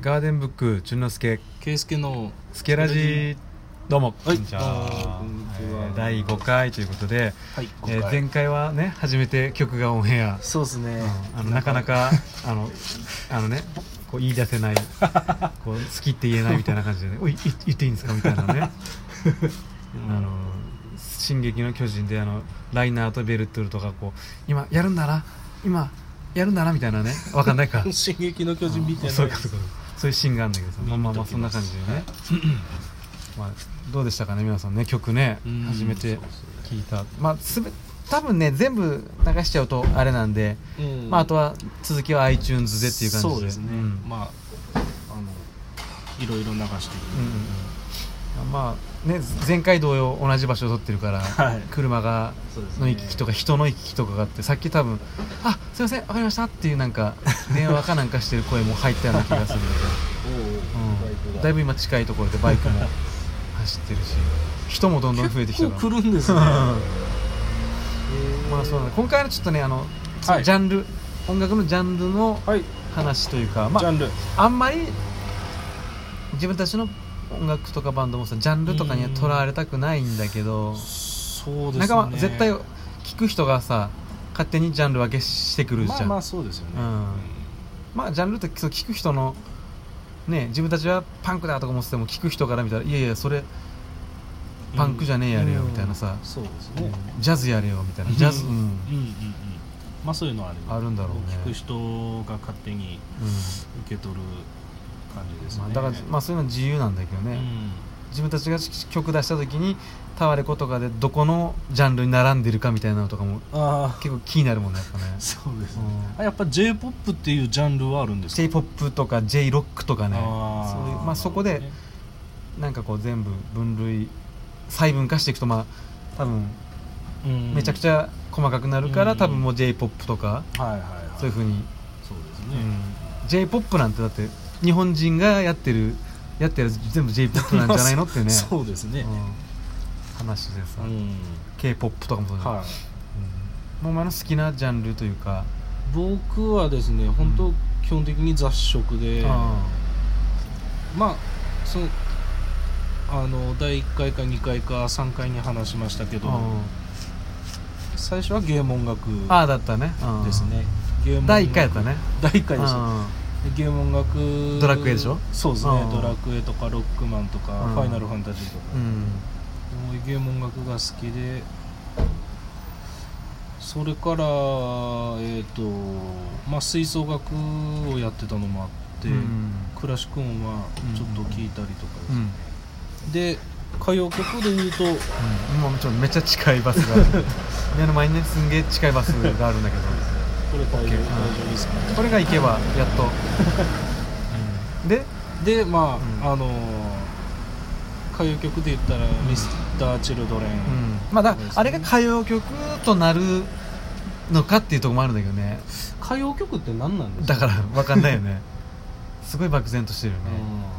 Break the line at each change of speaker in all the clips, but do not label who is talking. ガーデンブック淳之介
圭介の
スケラジどうも
はい
こんにち
あー
は
こんにちは
えー第5回ということで、
はい
えー
今回
前回はね初めて曲がオンエア
そうですね
あのなかなかあのあのねこう言い出せないこう好きって言えないみたいな感じでね「おいい言っていいんですか?」みたいなねあの「進撃の巨人で」あのライナーとベルトルとかこう「今やるんだな今やるんだな」みたいなねわかんないか
進撃の巨人みたいな
そうかそうかそういうシーンがあるんだけどさまあまあまあ
見と
そ
き
んな
ま
感
す
じでねまあどうでしたかね皆さんね曲ね
うん
初めて
そうですね
聞いたまあすべ多分ね全部流しちゃうとあれなんで
うん
まああとは続きは iTunes でっていう感じで
そうですね
ん
まああのいろいろ流
う
してい
んうんうんまあね前回同様同じ場所を撮ってるから、
はい
車が
そうですね
の行き来とか人の行き来とかがあってさっき多分「あすいませんわかりました」っていうなんか電話かなんかしてる声も入ったような気がするんで、うん、だいぶ今近いところでバイ クも走ってるし人もどんどん増えてきたから
結構来るんですね
まあそうなんで今回はちょっとねあの、
はい
ジャンル音楽のジャンルの
はい
話というか、まあ
ジャンル
あんまり自分たちの音楽とかバンドもさジャンルとかにはとらわれたくないんだけど、
そうです
な
ね
んかまあ絶対聞く人がさ勝手にジャンル分けしてくるじ
まあ
ゃん、
ま
まあ
あそうですよね
うんジャンルってそう聞く人のね自分たちはパンクだとか思ってても聞く人から見たらいやいやそれパンクじゃねえやれよみたいなさ
うんそうですね
ジャズやれよみたいなジャズ、う
うんんうんうんうんまあそういうのはある
あるんだろうね
聞く人が勝手に
うん
受け取る感じですね
まあ、だから、まあ、そういうの自由なんだけどね、
うん
自分たちが曲出した時にタワレコとかでどこのジャンルに並んでるかみたいなのとかも
あ
結構気になるもんねやっぱね
あそうですね
うん
あやっぱ j p o p っていうジャンルはあるんですか
j p o p とか j r o c k とかね
あ
そういう
ー
まあ、そこでなんかこう全部分類細分化していくとまあ多分めちゃくち
ゃ、
ゃ細かくなるから、
うん
多分もう j p o p とか
うんはいはいはい
そういうふうに、
そうです
う
ね、
ん、j p o p なんてだって日本人がやってるやってる全部 j p o p なんじゃないのってね
そうですね
うん話でさ、
うん
k p o p とかもそうだけど
はい
もうお前の好きなジャンルというか、
僕はですね本当、
うん
基本的に雑食で
あ
まあそのあの第1回か2回か3回に話しましたけ
ー
ど
あ
最初はゲーム音楽
ーあーだったね、うん
ですねゲーム音楽
第1回やったね
第1回でした
あ
でゲーム音楽
ドラクエでしょ
そうですね
うん
ドラクエとかロックマンとか、
うん
ファイナルファンタジーとか
ー、うん
もうゲーム音楽が好きでそれからえっ、とまあ吹奏楽をやってたのもあって、
うん
クラシック音はちょっと聞いたりとかです
う
ね、
ん
で歌謡曲で言うと
うん、今ちょっとめっちゃ近いバスがあ る目の前にねすんげえ近いバスがあるんだけど
これ大丈夫大
OK
丈夫ですかね
これが行けばやっと、 うんで
でまあ、
うん
あの歌謡曲で言ったら、ミスター・チルドレン、
うんまあだからあれが歌謡曲となるのかっていうところもあるんだけどね
歌謡曲って何なんです
だ
か
から分かんないよ ねすごい漠然としてるよね、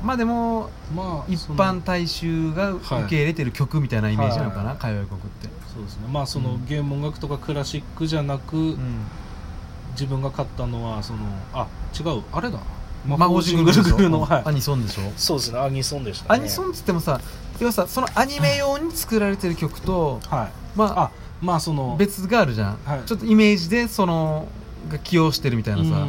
うん
まあでも
まあ
一
その
般大衆が受け入れてる曲みたいなイメージなのかな、
はい
歌謡曲って、
そうですねまあその、
うん
ゲーム音楽とかクラシックじゃなく、自分が買ったのはそのあ違うあれだ
孫ジングル
ジングルの、はい
アニソンでしょ
そうですねアニソンでした
ア
ね
ニソンっつってもさ要はさそのアニメ用に作られてる曲と、
はい
ま
あまあそ
あ
の
別があるじゃん、
はい
ちょっとイメージでそのが起用してるみたいなさ、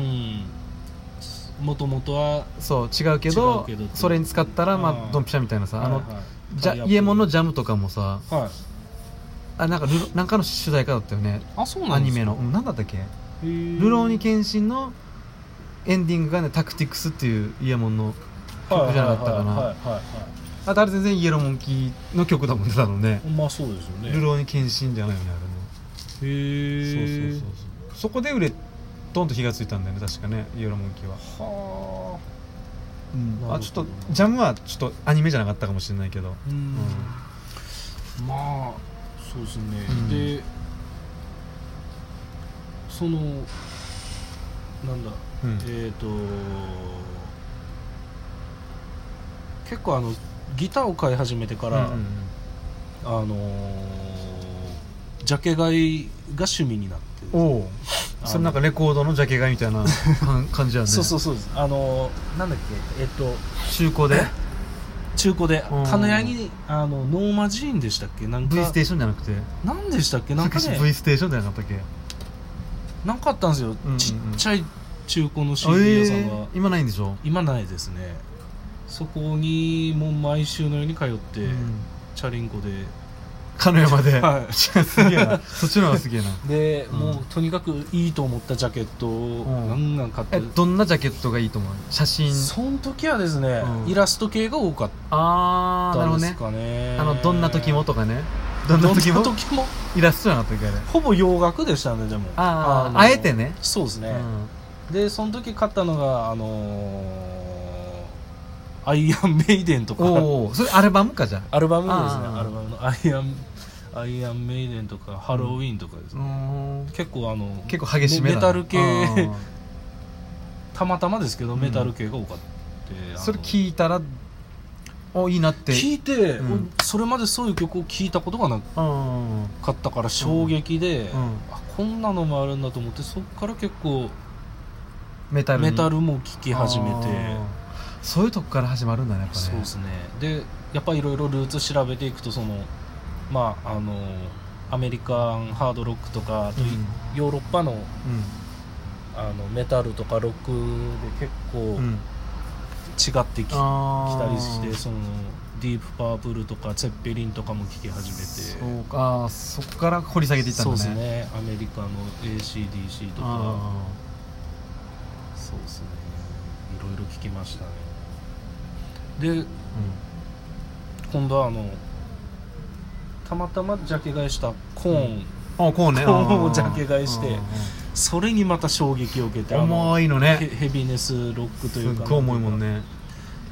もともとは
そう違うけど
違うけど
それに使ったらま
う
あ
ん
ドンピシャみたいなさ、あの、
はいはい
じゃ
タイアップ
イエモンのジャムとかもさ
はい
あなんかルロなんかの主題歌だったよね
あそう
ア
なんで
ニ
すか
メの、うん、なんだったっけ
へー
ルローニケンシンのエンディングがね「タクティクス」っていうイエモンの曲じゃなかったか
はいはい
な
はいはい
あとあれ全然イエローモンキーの曲だもんね多分ね
まあそうですよね
ルローニケンシンじゃないよねあれも
へえ
そうそうそうそうそこで売れドンと火がついたんだよね確かねイエローモンキーは、
そうはなるほど
あちょっとジャムはちょっとアニメじゃなかったかもしれないけど
あうんまあそうですね、
うん
でそのなんだ、
うん
えっ、と結構あのギターを買い始めてから、
うんうん
あのージャケ買いが趣味になって
うんおおそれなんかレコードのジャケ買いみたいな 感感じやね
そうそうそうですあのなんだっけえっと
中古で
中古で
うん
金谷にあのノーマジーンでしたっけなん
V
か
ステーションじゃなくて
何でしたっけなんか
昔
ね
V ステーションじゃなかったっけ
なんかあったんですよ、
うんうん
ちっちゃい中古の CD
え
屋さんが、
ー今ないんでしょ
今ないですねそこにもう毎週のように通って、
うん
チャリンコで
鹿屋まで
はい
すげえなそっちの方がすげえな
で、
うん
もうとにかくいいと思ったジャケットを
うん
ガンガン買って、
え どんなジャケットがいいと思う写真
その時はですね、
うん
イラスト系が多かっ
ああなる
た
ほ
ん
ど
です
ね
かね
あのどんな時もとかねど
どん
ん
な
な
時
時
も
もイラストじゃなかったっけあれ
ほぼ洋楽でしたねでも
あー
の
あえてね
そうですね、でその時買ったのがあのーアイアンメイデンと
うん、
か
おおそれアルバムかじゃあ
アルバムのですね
あー
アルバムのアイアンアイアンメイデンとかハロウィンとかです
う
ね、
ーん
結構あの
結構激しめだ
メ
な
タル系
うん
たまたまですけど
うん
メタル系が多かった、あの
それ聞いたらおいいなって
聞いて、
うん
それまでそういう曲を聞いたことがな
うんうん
かったから衝撃で、
うん
あこんなのもあるんだと思ってそっから結構
メタルに
メタルも聴き始めて
あーそういうとこから始まるんだねやっぱね
そうですねでやっぱいろいろルーツ調べていくとそのまああのアメリカンハードロックとかあと
うん
ヨーロッパの
うん
あのメタルとかロックで
うん
結構違ってき,、
あ
た
ー
りしてそのディープパープルとかツェッペリンとかも聴き始めて
そうかあーそこから掘り下げていったん
そ
だ
う
ね
ですねアメリカの ACDC とか
あ
そうですねいろいろ聴きましたねで
ー
今度はあのたまたまジャケ買いしたコーン、
うんあこうね
こう
あー
ジャケ買いして
うんうん
それにまた衝撃を受けてあの
重いの
ヘ
ね
ヘビネスロック
す
とい
っ
うか
ごい重いもんね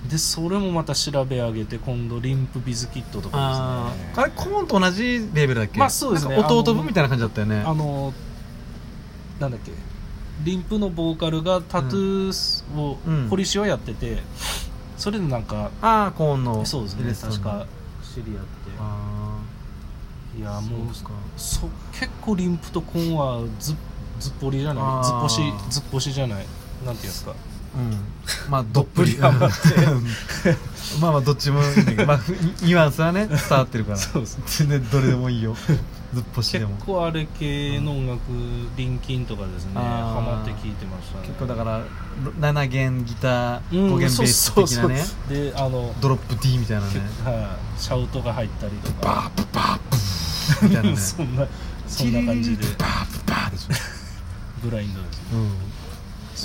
でそれもまた調べ上げて今度リンプビズキットとか
あ
ですね
ーあれコーンと同じレベルだっけ
まあそうですね
なんか弟
あの
分みたいな感じだったよね
あのなんだっけリンプのボーカルがタトゥーを、
うん
ポリシをやっててそれでなんか
ああコーンの
そうです
レ
ね
ッスンの
確か知り合っ
あ
ていや
あ
もう
そうか
そ結構リンプとコーンはずずっぽりじゃな
あ
い
ー
ずっぽしずっぽしじゃないなんていうんですか
うんまあどっぷり
どっぷりハマっ
まあまあどっちもいいんだけど、まあ、ふニュアンスはね伝わってるから
そうですね
全然どれでもいいよずっぽしで
結
も
構あれ系の音楽、リンキンとかですね
あー
ハマって聞いてましたね
結構だから7弦ギター
うん
5弦ベース
そう
的
そ
な
う
ね、
そうであの
ドロップ D みたいなね
けはいシャウトが入ったりとか
バープバープみたいなね
そんなそんな感じで
バープバーでしょ
ブラインドですね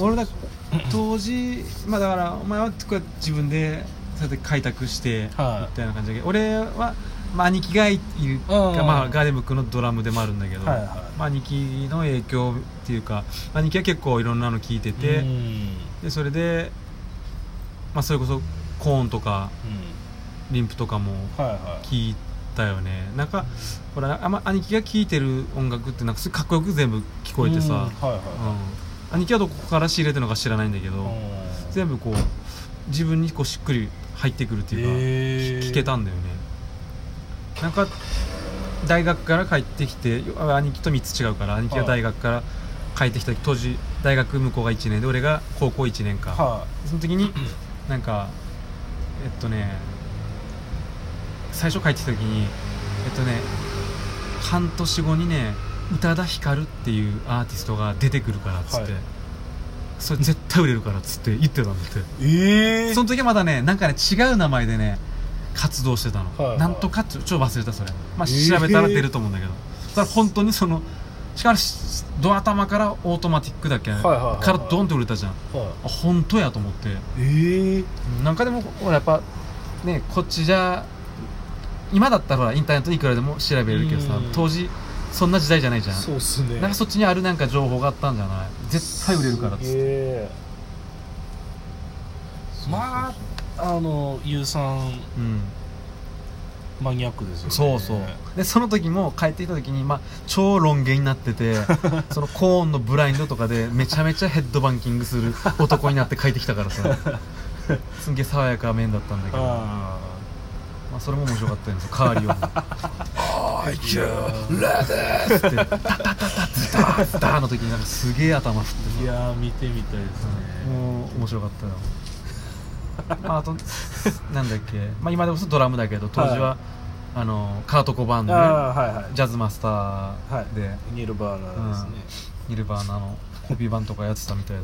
うん、俺だ当時まあだからお前はこうやって自分でそうやって開拓してみ
はい
たいな感じだけど、俺は、まあ、兄貴がいる
うんうん
まあ、ガーデンブックのドラムでもあるんだけど、
はいはい
まあ、兄貴の影響っていうかまあ兄貴は結構いろんなの聞いてて、
うん
でそれで、まあ、それこそコーンとか
うん
リンプとかも
はいはい
聞いたよねなんかほらあんま兄貴が聴いてる音楽ってなんかすごいかっこよく全部聞こえてさ、
うんはいは
うん、兄貴はどこから仕入れてるのか知らないんだけど、
いうん
全部こう自分にこうしっくり入ってくるっていうか、
へー
聞けたんだよねなんか大学から帰ってきてあ兄貴と3つ違うから兄貴が大学から帰ってきた時当時大学向こうが1年で俺が高校1年か、
は
その時になんかえっとね最初帰ってきた時にえっとね半年後にね宇多田ヒカルっていうアーティストが出てくるからっつって、
はい
それ絶対売れるからっつって言ってたんだって
いええ
その時はまだねなんかね違う名前でね活動してたの、
はいはい
なんとかってちょっと忘れたそれ、まあ、
えー
調べたら出ると思うんだけど、それ本当にそのしかしド頭からオートマティックだっけ、
はいはいはいはい
からドンって売れたじゃんあ本当やと思って
ええ
なんかでもほらやっぱねこっちじゃ今だったらほらインターネットでいくらでも調べれるけどさ
うん
当時そんな時代じゃないじゃん
そうっすね
なんかそっちにあるなんか情報があったんじゃない絶対売れるからっつって
てまああの有酸
うん
マニアックですよね
そうそうでその時も帰ってきた時に、まあ、超ロン毛になって てそのコーンのブラインドとかでめちゃめちゃヘッドバンキングする男になって帰ってきたから さすんげえ爽やかな面だったんだけど
あ
まあ、それも面白かったんですよカーリオもあ I you love this! って、タタタタタタタタの時になんかすげえ頭振って
い
さ
やー見てみたいですね
もう面白かったよまああとなんだっけ、まあ、今でこそドラムだけど当時は、
は
あのカート・コバーン
あ
の、ね、
あはいはい
ジャズマスターで、
ニルバーナーですね、
ニルバーナのコピー版とかやってたみたいで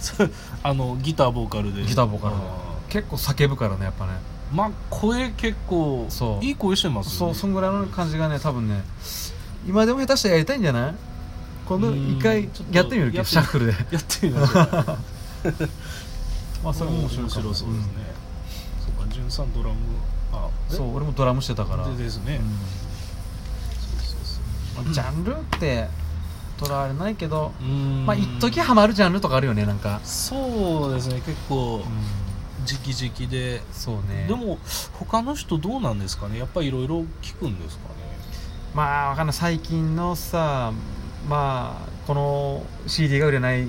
そう あのギターボーカルで
ギターボーカルで
あ
結構叫ぶからねやっぱね
ーまあ声結構
そう
いい声してますよ
そう
ね
そんぐらいの感じがね多分ね今でも下手したらやりたいんじゃないこの
うん
一回
ちょっと
やってみるけ
や
ど
って
シャッフルで
やってみましょう
まあそれも面白いかも
そうですね、そうか潤さんドラムあ
うんそう俺もドラムしてたから、うん
でですね、そうそうそう
まあジャンルってとらわれないけど
うーん
まあ一時ハマるジャンルとかあるよねなんか、
そうですね結構時期時期で、
そうね
でも他の人どうなんですかねやっぱりいろいろ聞くんですかね
まあわかんない最近のさまあこの CD が売れない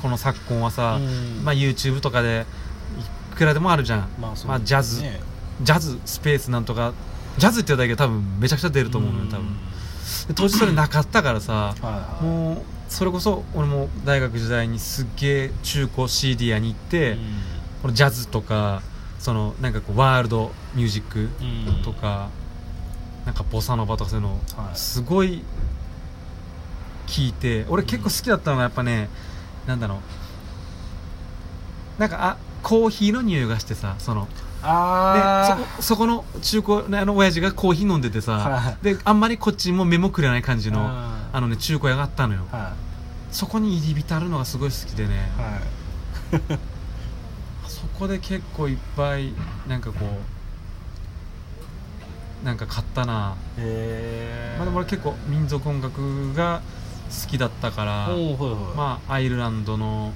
この昨今はさ、
うん
まあ、YouTube とかでいくらでもあるじゃん
まあそう
まあジャズ
ですね
ジャズスペースなんとかジャズって言うだけで多分めちゃくちゃ出ると思うのよ多分で当時それなかったからさ
うんはいはい
もうそれこそ俺も大学時代にすっげえ中古 CD 屋に行って、このジャズとかそのなんかこうワールドミュージック
うんうん
とか、なんかボサノバとかそういうの
はい
すごい聞いて俺結構好きだったのがやっぱね、なんだろうなんかあコーヒーの匂いがしてさそので
あ
そこそこの中古のあの親父がコーヒー飲んでてさ、
は
であんまりこっちも目もくれない感じ
ー
のあ
あ
のね中古屋があったのよ
のは
そこに入り浸るのがすごい好きでね、
いはい
そこで結構いっぱいなんかこうなんか買ったな、
へえ
まあ、でも俺結構民族音楽が好きだったから、
おうはいはい
まあアイルランドの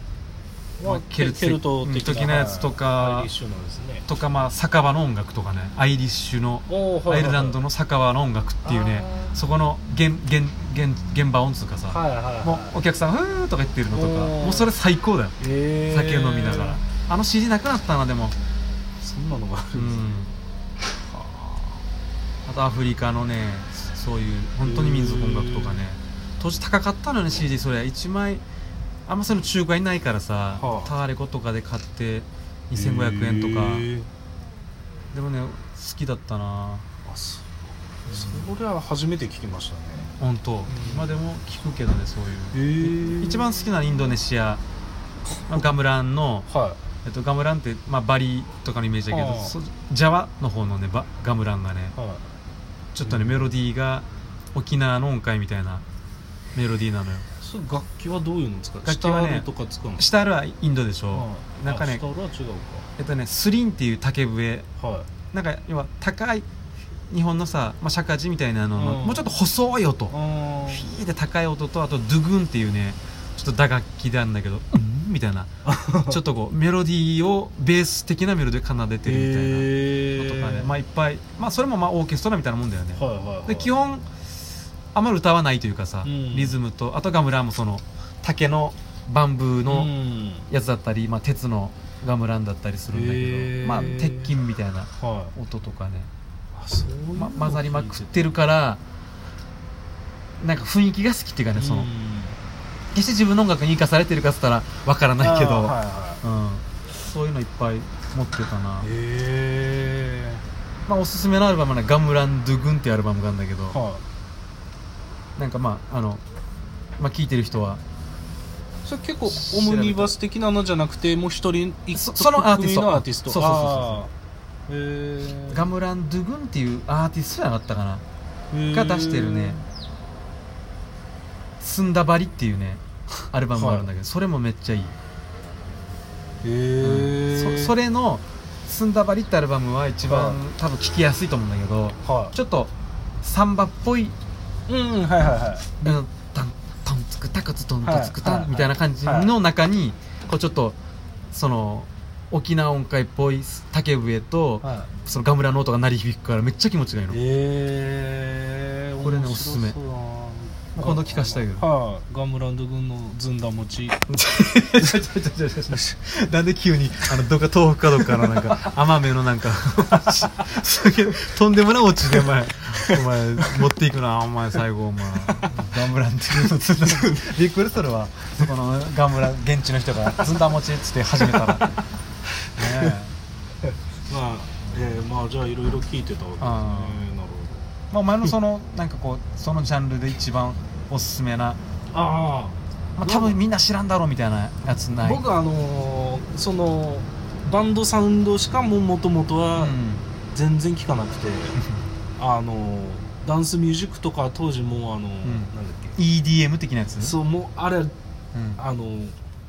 まあケルツ
ケルト的な
時のやつとか
はいアイリッシュのですね
とかまあ酒場の音楽とかねアイリッシュの
おうはい
ア
はい
イルランドの酒場の音楽っていうね
あー
そこの現現現現場音つうかさ、
はいはいはい
もうお客さん「ふー」とか言ってるのとか
おー
もうそれ最高だよ
へー
酒飲みながらあの CD なくなったなでも
そんなのがあ
う
るんですね
んあとアフリカのねそういう本当に民族音楽とかね当時高かったのよね CD それ1枚あんまその中古屋にないからさ、
はあ
タワレコとかで買って2500円とか
へー
でもね好きだったな
あそうそれは初めて聞きましたね
本当今でも聞くけどねそういう
へ
一番好きなのはインドネシアまあガムランの、
は
えっと、ガムランって、まあ、バリとかのイメージだけど、
はあ
そジャワの方のねバガムランがね
いは
ちょっとねメロディーが沖縄の音階みたいなメロディーなのよ
いそれ楽器はどういうの使う
楽
シ
器
タ
はね
ールとか使うの
シタールはインドでしょ
はい
なんかね
あシタールは違
えっとねスリンっていう竹笛
うかはい
なんか要は高い日本のさ、まあ、釈迦寺みたいなのの、
うん
もうちょっと細い音
あ
ピーって高い音とあとドゥグンっていうねちょっと打楽器であるんだけどうんみたいなちょっとこうメロディーをベース的なメロディーを奏でてるみたいなのとかね、まあいっぱいまあそれもまあオーケストラみたいなもんだよね、
はいはいはい
で基本あんまり歌わないというかさ、
うん
リズムとあとガムランもその竹のバンブー
う
の
ん
やつだったり、まあ、鉄のガムランだったりするんだけど、
へー
まあ鉄筋みたいな
はい
音とかね、
あそういう
ま
の
混ざりまくっ
聞い
てるからなんか雰囲気が好きっていうかねその、
うん
決して自分の音楽に生かされてるかっつったらわからないけど、
あーはいは
うん、そういうのいっぱい持ってたな、
いへ
まあ、おすすめのアルバムはね「ガムラン・ドゥ・グン」っていうアルバムがあるんだけど、
えは
なんかまああのまあ聴いてる人はい
それ結構オムニバス的なのじゃなくてもう一人一
そそのアーティスト
組のアーティスト
そうそうそうそう
そうへえ
ガムラン・ドゥ・グンっていうアーティストじゃなかったかなが出してるね「スンダバリ」っていうねアルバムがあるんだけど、それもめっちゃいい、
へ
うん
え
そそれの「スンダバリ」ってアルバムは一番、
はい
多分聴きやすいと思うんだけど
は
ちょっとサンバっぽい
いうんうんはいはいは
「うん、タントンツクタクツトントツク
はい
タ
は
ン
い」
みたいな感じの中にこうちょっとその沖縄音階っぽい竹笛と
いは
そのガムラの音が鳴り響くからめっちゃ気持ちがいいの
いへえ
これねおすすめ
面白そうだな
今度聞かしたいよ
はい、ガムランド軍のずん だ
ち
餅
ょちょちょちょちょちょ なんで急にあのどっか東北かどっかのなん か甘めのなんかすげえとんでもないオチでお前お前持っていくなお前最後お前ガムランっていうのつんだびっくりするわそこのガムラン現地の人がずんだ餅っつって始めた らねえ
まあえーまあじゃあいろいろ聞いてたわけですね
あ
なる
まあお前のそのなんかこうそのジャンルで一番おすすめな、
ほどあ
まあ、多分みんな知らんだろうみたいなやつ
あ
ない
僕あのーそのバンドサウンドしかももともと
う
は
ん
全然聞かなくて、あのーダンスミュージックとか当時もうあのー、なんだっ
EDM 的なやつ
けそうもうあれ
うん、
あのー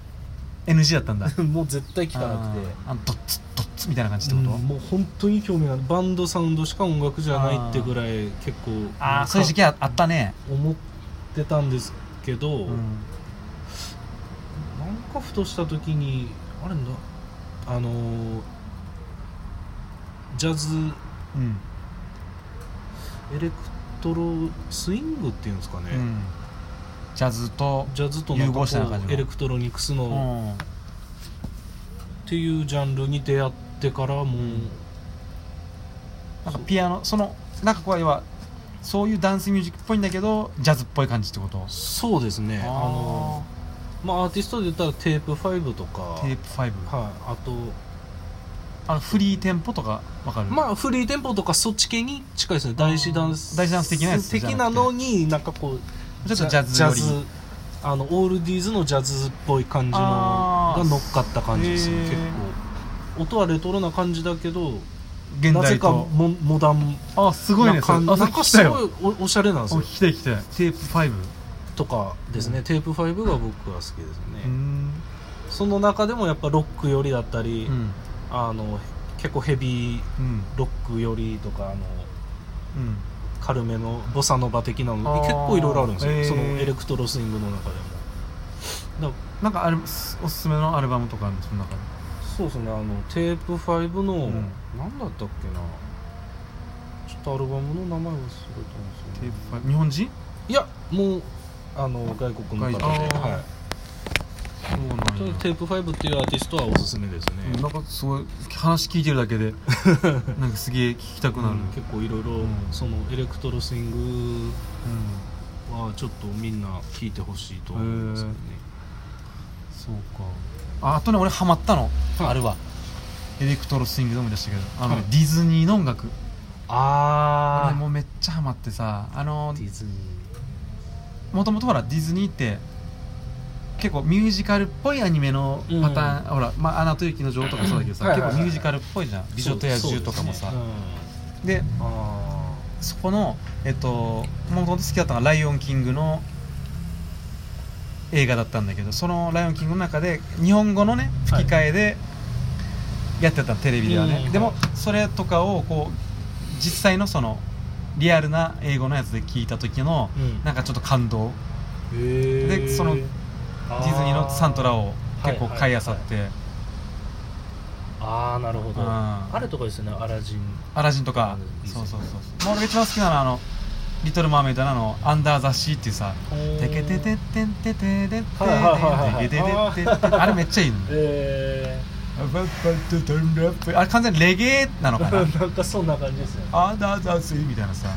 NG だったんだ
もう絶対聞かなくて
あーあのドッツドッツみたいな感じってこと、
うんもう本当に興味があるバンドサウンドしか音楽じゃないってぐらい結構
あ
な
あ
んか
そういう時期ああったね、
思ってたんですけど、
うん
なんかふとした時にあれなあのージャズ
うん
エレクトロスイングっていうんですかね、
うんジャズと
ジャズとなん
融合
か
したような感じ
こ
の
うエレクトロニクス
う
の
ん
っていうジャンルに出会ってからもう、
なんかピアノそのなんかこう要はそういうダンスミュージックっぽいんだけどジャズっぽい感じってこと
そうですねあのーまあアーティストで言ったらテープ5とか
ーテープ5
はい、あと
あのフリーテンポとかわかる
まあフリーテンポとかそっち系に近いですね大師ダンス
大師ダンス的なやつじゃなくて
的なのになんかこう
ちょっとジャズより
あのオールディーズのジャズっぽい感じの
あー
が乗っかった感じですね
へー
結構音はレトロな感じだけど
現
なぜ
代
か
と
モモダン
あすごいね
な
それ
感じ
あそ
な
れ
ん
聞
か
き
す
たいわ
ごいおおしゃれなんです
お
よ
聞きたい聞きたいテープ5
とかですね、テープ5が僕は好きですね、
うん
その中でもやっぱロックよりだったり、
うん
あの結構ヘビー
うん
ロックよりとかあの
うん
軽めのボサノバ的なの
あー
に結構いろいろあるんですよ、
へー
そのエレクトロスイングの中でもだ
なんかあれおすすめのアルバムとかあるのその中で
そうですねあのテープ5の、
うん
なんだったっけなちょっとアルバムの名前忘れたんです
テ
よ、
ー
ね、
プ5日本人
いやもうあの外国の方で、
外国あー
は
そうなん
い、ちょっ
や
とテープ5っていうアーティストはおすすめですね、
うんなんかすごい話聞いてるだ けでなんかすげえ聞きたくなる、
うん結構いろいろ
ん
そのエレクトロスイング
うん
はちょっとみんな聞いてほしいと思いますよね
そうかああとね俺ハマったの、
はい
あるわエレクトロスイングで思い出したけどあの、
はい
ディズニーの音楽俺
あ
もうめっちゃハマってさあの
あディズニー
もともとほらディズニーって結構ミュージカルっぽいアニメのパターン、ほら、まあ「アナと雪の女王」とかそうだけどさ
はいはい
結
はい
構ミュージカルっぽいじゃん「美女と野獣」とかもさ
そうですね
で
うんあ
そこのえっともともと好きだったのが「ライオンキング」の映画だったんだけどその「ライオンキング」の中で日本語のね
はい
吹き替えでやってたのテレビではね、
うん
で
は
も
い
それとかをこう実際のそのリアルな英語のやつで聞いた時の
ーうん
なんかちょっと感動
で
でその
デ
ディズニーのサントラを結構
はい
買いあさって、
あーなるほど
うん
あれとかですよねアラジン
アラジンとか
いいです
そ
ね
うそうそうそうもう俺が一番好きなのはあの「リトル・マーメイド」のあの「アンダー・ザ・シー」っていうさテケテテッテンテテテッテ
はいはいはいはい
テテテッテッテあれめっちゃいいの
え
あれ完全にレゲエなのかな
ー なんかそんな感じですよね
アンダーザスイみたいなさ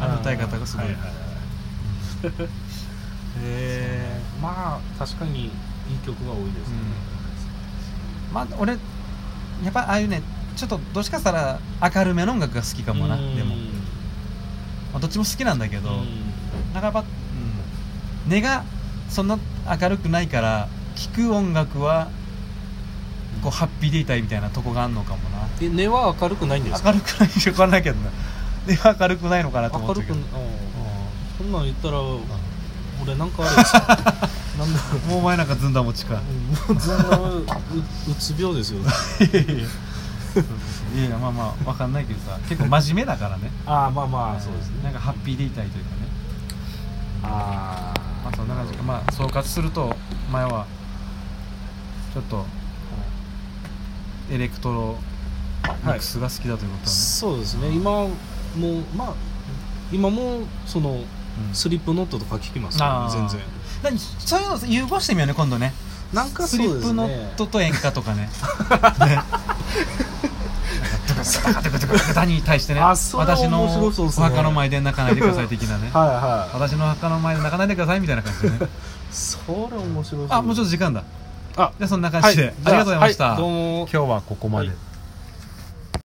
あの歌い方がすごい
ははは
へ
いまあ確かにいい曲が多いですね
まあ俺やっぱああいうねちょっとどっちかしたら明るめの音楽が好きかもな
うん
でも、まあ、どっちも好きなんだけど
うん
なかなか、うん、根がそんな明るくないから聴く音楽はこうハッピーでいたいみたいなとこがあんのかもな
え根は明るくないんですか
明るくないしょかんないけどなで明るくないのかなと思
明
ってる
るく
けど
うん
う
そんなん言ったら俺なんかあれですかなんだろ
んもうお前なんかずんだ餅か
うもうそんなううつ病ですよね
いやいやまあまあわかんないけどさ結構真面目だから ね
ああまあまあそうですね
なんかハッピーでいたいというかね
ああ
まあそんな感じかまあ総括するとお前はちょっとエレクトロミックスが好きだということはね、
そうですね今もまあ今もその
うん
スリップノットとか聞きます
あ
よ、
ー
全然
だからそういうの融合してみようね今度ね
なんか
ス
そうで
リ
す
ッ
ね
プノットと演歌とか ねねなんかドカドカドカドカドカに対してね
あそれは
私の
面白そう
お
っすね
墓の前で泣かないでください的なね
はいは
私のお墓の前で泣かないでくださいみたいな感じでね
いそれ面白そう
あもうちょっと時間だ
あ
じゃあそんな感
はい
じで、ありがとうございました、
はいどう
今
も
日はここまで、
はい